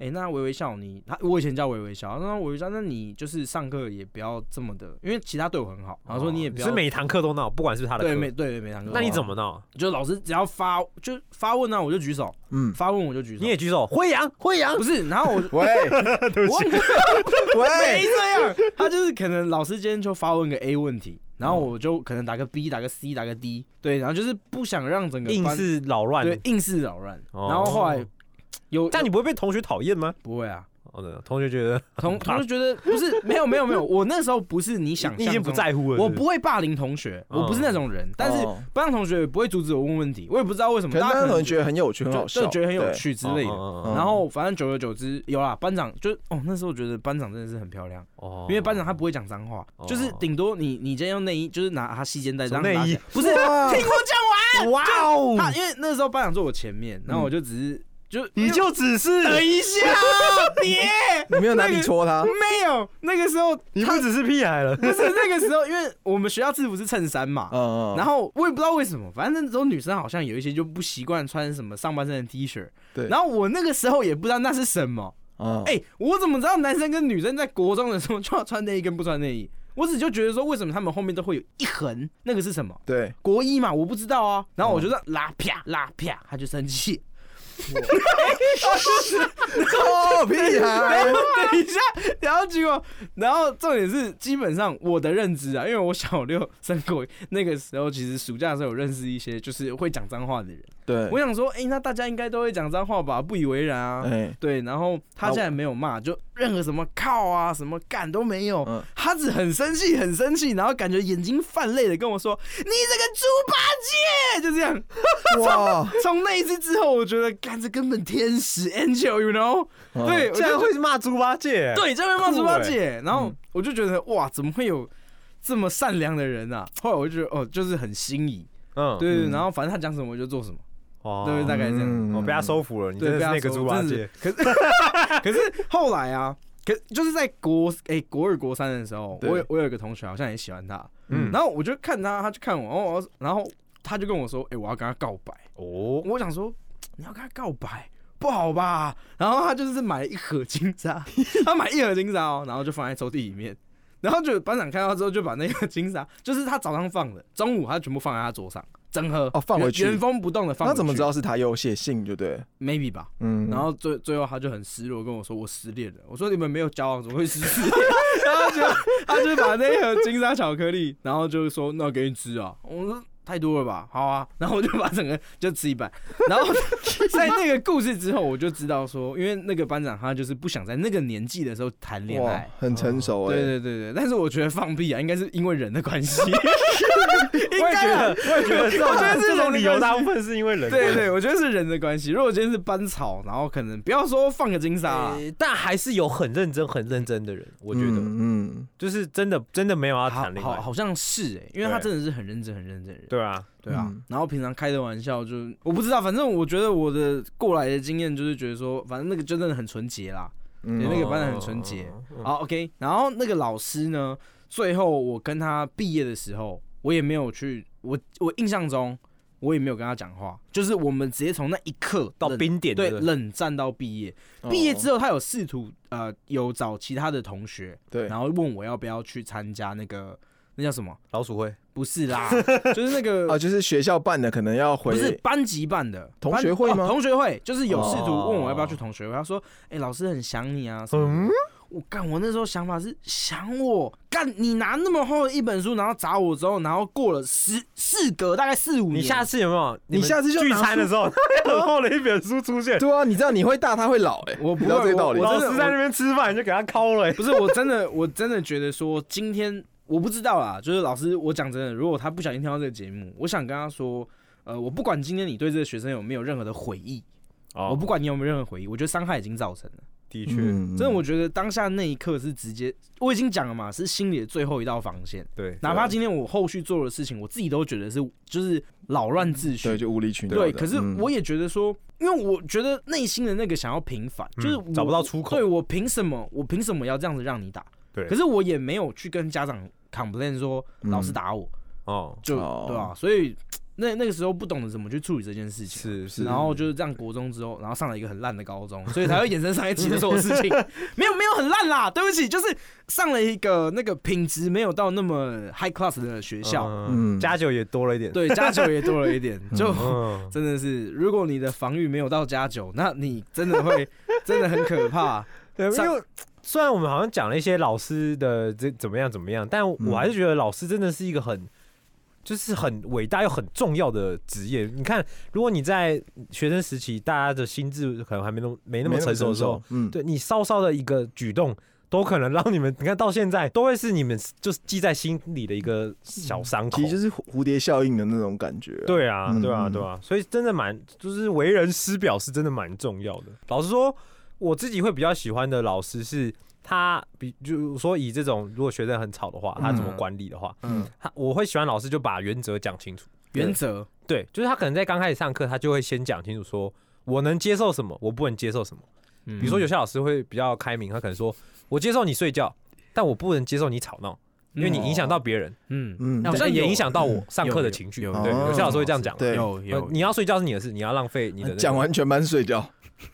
哎、那微微笑你，他我以前叫微微笑，那微微笑，那你就是上课也不要这么的，因为其他对我很好，然后说你也不要、是每堂课都闹，不管是不是他的对每课，对对每堂课，那你怎么闹？就老师只要发就发问啊，我就举手，嗯，发问我就举手，你也举手，辉阳，辉阳 (laughs) 不，是，然后我就喂我忘记没喂，这样，他就是可能老师今天就发问个 A 问题，嗯然后我就可能打个 B，打个 C，打个 D，对，然后就是不想让整个硬班是扰乱。对硬是扰乱，哦然后 (laughs) 后来有，但你不会被同学讨厌吗？不会 (laughs) 啊，哦，对，同学觉得同同学觉得不是没有没有没有，我那时候不是你想你已象经不中，在乎了，我是嗯不会霸凌同学，我不是那种人，但是哦班上同学也不会阻止我问问题，我也不知道为什么，可能大家大家可能觉觉得很有趣，很就好笑，就觉得很有对，趣之是类的。哦然后反正久而久之有啦，班长就哦那时候觉得班长真的是很漂亮，哦因为班长他不会讲脏话，哦就是顶多你你今天用内衣，就是拿他细肩带什这么样拿内衣啊起来，不是 (laughs) 听哇我讲完，哇哦他因为那时候班长坐我前面，然后我就只是就嗯你就只是等 (laughs) 一下，别你没有拿笔戳他，没有那个时候你不只是屁孩了，不是那个时候，因为我们学校制服是衬衫嘛，嗯嗯，然后后我也不知道为什么，反正那时候女生好像有一些就不习惯穿什么上半身的 T 恤，对然后我那个时候也不知道那是什么，嗯，哎、我怎么知道男生跟女生在国中的时候就要穿内衣跟不穿内衣？我只就觉得说，为什么他们后面都会有一横，那个是什么？对，国一嘛，我不知道啊。然后我就这样拉啪拉啪，他就生气。 (laughs) 哦，屁然后孩，等一下，然后结果，然后重点是，基本上我的认知啊，因为我小六升国一那个时候，其实暑假的时候有认识一些就是会讲脏话的人。对，我想说，哎、那大家应该都会讲脏话吧？不以为然啊。哎，对，然后他那我现在没有骂，就任何什么靠啊、什么干都没有，嗯他只很生气、很生气，然后感觉眼睛泛泪的跟我说：“你这个猪八戒！”就这样。哇，从那一次之后，我觉得干这根本天使 angel，you know？、嗯 (laughs) 对，我竟然就会骂猪八戒，，对，这边骂猪八酷欸戒，然后我就觉得哇，怎么会有这么善良的人啊？后来我就觉得哦，就是很心仪，嗯，对对，对嗯然后反正他讲什么我就做什么，哦对大概这样嗯我被他收服了，你对，真的被是那他个说猪八真戒是，可是 (laughs) 可是后来啊，可就是在国哎、国二国三的时候，对我有我有一个同学好像也喜欢他，嗯，然后我就看他，他就看我，然后我然后他就跟我说，哎、我要跟他告白。哦，我想说你要跟他告白。不好 (laughs) 吧？然后他就是买了一盒金沙，他买一盒金沙哦，然后就放在抽屉里面。然后就班长看到之后就把那个金沙，就是他早上放的，中午他全部放在他桌上，整盒哦放回去原原封不动的放。他怎么知道是他有写信，对不对？ ？maybe 吧。嗯，然后最最后他就很失落跟我说我失恋了，我说你们没有交往怎么会失恋？ (laughs) 然后就他就把那盒金沙巧克力，然后就说那给你吃啊，我说太多了吧，好啊，然后我就把整个就吃一半，然后 (laughs) 在那个故事之后我就知道说，因为那个班长他就是不想在那个年纪的时候谈恋哇爱，，哦很成熟哎、对对对对，但是我觉得放屁啊，应该是因为人的关系，应我也觉该得，啊我也觉得这种我觉得是这种理由人的关系大部分是因为人。对对，我觉得是人的关系。如果今天是班草，然后可能不要说放个金沙、啊。呃但还是有很认真、很认真的人，我我觉得嗯，就是真的真的没有要好谈恋好爱，好像是哎、因为他对真的是很认真、很认真的人。对啊，对啊嗯，然后平常开的玩笑就我不知道，反正我觉得我的过来的经验就是觉得说，反正那个真的很纯洁啦。嗯对嗯那哦个班长很纯洁嗯好，OK。然后那个老师呢，最后我跟他毕业的时候，我也没有去，我我印象中我也没有跟他讲话，就是我们直接从那一刻到冷冰点对了，冷战到毕业。哦毕业之后，他有试图呃有找其他的同学，对，然后问我要不要去参加那个那叫什么？老鼠会不是 (laughs) 啦，就是那个啊，就是学校办的，可能要回不是班级办的同班学会吗哦同学会就是有试图问我要不要去哦同学会，他说：“哎、老师很想你嗯啊。”什么嗯的？我干，我那时候想法是想我干，你拿那么厚的一本书，然后砸我之后，然后过了十四隔大概四五年，你下次有没有？你们下次就聚拿餐的书时 (laughs) 候，很厚的一本书出现，对啊，你知道你会大，他会老哎、我不你知道会这个道理我吗。老真的师在那边吃饭你就给他敲了欸。不是我真的 (laughs) 我真的觉得说今天我不知道啦，就是老师，我讲真的，如果他不小心听到这个节目，我想跟他说。呃，我不管今天你对这个学生有没有任何的悔意，哦我不管你有没有任何悔意，我觉得伤害已经造成了。的确，嗯真的，我觉得当下那一刻是直接，我已经讲了嘛，是心里的最后一道防线。对，啊哪怕今天我后续做的事情，我自己都觉得是就是扰乱秩序对，。就无理取闹的。对，可是嗯我也觉得说，因为我觉得内心的那个想要平反，嗯就是我找不到出口对我凭什么？我凭什么要这样子让你打？对可是我也没有去跟家长 complain 说嗯老师打我，哦，就哦对啊，所以那那个时候不懂得怎么去处理这件事情。是是然后就是这样，国中之后，然后上了一个很烂的高中，所以才会衍生上一期的所有事 (laughs) 情。没有没有很烂啦，对不起，就是上了一个那个品质没有到那么 high class 的学校，嗯加酒也多了一点。，对加酒也多了一点，就嗯，真的是，如果你的防御没有到加九，那你真的会 (laughs) 真的很可怕。 (laughs) 对，上因为虽然我们好像讲了一些老师的这怎么样怎么样，但我还是觉得老师真的是一个很。就是很伟大又很重要的职业。你看，如果你在学生时期，大家的心智可能还没那么没那么成熟的时候，，嗯，对你稍稍的一个举动，都可能让你们，你看到现在都会是你们就是记在心里的一个小伤口其实。就是蝴蝴蝶效应的那种感觉。，对啊，嗯对啊，嗯对啊，所以真的蛮，就是为人师表是真的蛮重要的。老实说，我自己会比较喜欢的老师是他，比就是说以这种如果学生很吵的话，他怎么嗯管理的话，嗯嗯，他我会喜欢老师就把原则讲清楚。原则对，就是他可能在刚开始上课，他就会先讲清楚说，我能接受什么，我不能接受什么。嗯嗯比如说有些老师会比较开明，他可能说我接受你睡觉，但我不能接受你吵闹，因为你影响到别人，嗯嗯那好像也有影响到我上课的有情绪。有对，有有些老师会这样讲。对有呃有，你要睡觉是你的事，你要浪费你的那个。啊讲完全班睡觉，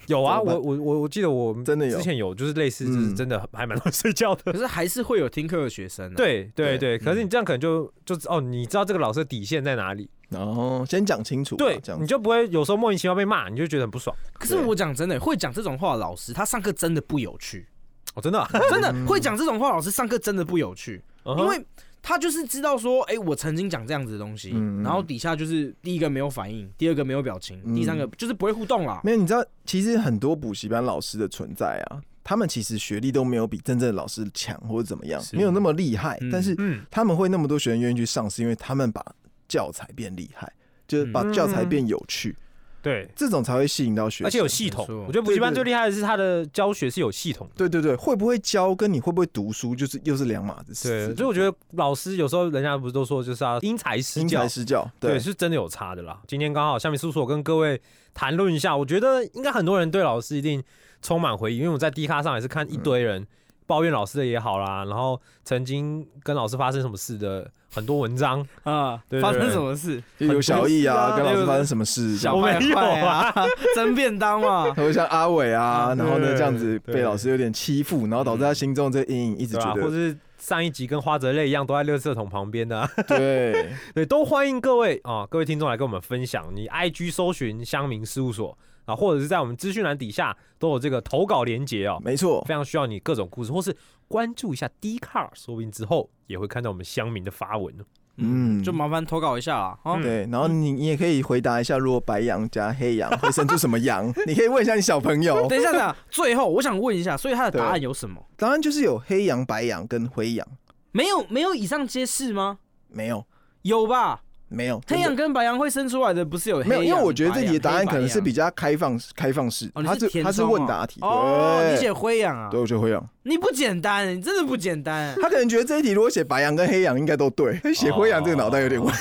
有啊，怎么我办我我我记得我真的有之前有就是类似，就是嗯真的还蛮 (laughs) 会睡觉的。可是还是会有听课的学生、啊。，对对对，对嗯可是你这样可能就就哦，你知道这个老师的底线在哪里，然后哦先讲清楚吧，啊对这，样你就不会有时候莫名其妙被骂，你就觉得很不爽。可是我讲真的，会讲这种话的老师，他上课真的不有趣，哦，真的 (laughs) 啊，真的嗯会讲这种话的老师上课真的不有趣，因因为他就是知道说，哎，我曾经讲这样子的东西嗯嗯，然后底下就是第一个没有反应，第二个没有表情，嗯第三个就是不会互动啦。没有，你知道，其实很多补习班老师的存在啊，他们其实学历都没有比真正的老师强或者怎么样，是没有那么厉害，嗯但是嗯，他们会那么多学生愿意去上，是因为他们把教材变厉害，就是把教材变有趣，对，这种才会吸引到学生。嗯而且有系统没错。我觉得补习班对最对厉害的是他的教学是有系统的。对对对，会不会教跟你会不会读书，就是又是两码子事。对，所以我觉得老师有时候人家不是都说就是要因材施因教材，施教，对，是真的有差的啦。今天刚好下面叔叔我跟各位谈论一下，我觉得应该很多人对老师一定充满回忆，因为我在 D 咖上也是看一堆人抱怨老师的也好啦，然后曾经跟老师发生什么事的很多文章，啊对对发生对什么事？就有小易很啊，跟多事啊老师发生什么事？小我坏没有坏啊 (laughs) 啊，蒸便当嘛。会像阿伟啊，嗯然后呢对这样子对嗯被老师有点欺负，然后导致他心中这个阴影一直啊对吧、觉或者得是上一集跟花泽类一样，都在垃圾桶旁边的、啊， (laughs) 对，对，都欢迎各位啊、各位听众来跟我们分享，你 IG 搜寻乡民事务所啊，或者是在我们资讯栏底下都有这个投稿连接哦，没错，非常需要你各种故事，或是关注一下 D Car，说不定之后也会看到我们乡民的发文哦。嗯，就麻烦投稿一下啦。啊，嗯对，然后你你也可以回答一下，如果白羊加黑羊会生出什么羊？ (laughs) 你可以问一下你小朋友。等一下，等一下，最后我想问一下，所以它的答案有什么？答案就是有黑羊、白羊跟灰羊，没有，没有以上皆是吗？没有，有吧？没有，真黑的羊跟白羊会生出来的不是有黑没有，因为羊我觉得这白题的羊答案黑白可能是羊比较开放开放式，哦你它是是填它是充问哦答题，哦，你对写灰羊啊？对，我觉得灰羊。你不简单，你真的不简单。他可能觉得这一题如果写白羊跟黑羊应该都对，哦写灰羊 (laughs) 这个脑袋有点问。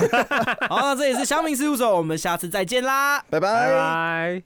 好，那这里是香明事务所，我们下次再见啦。拜拜拜。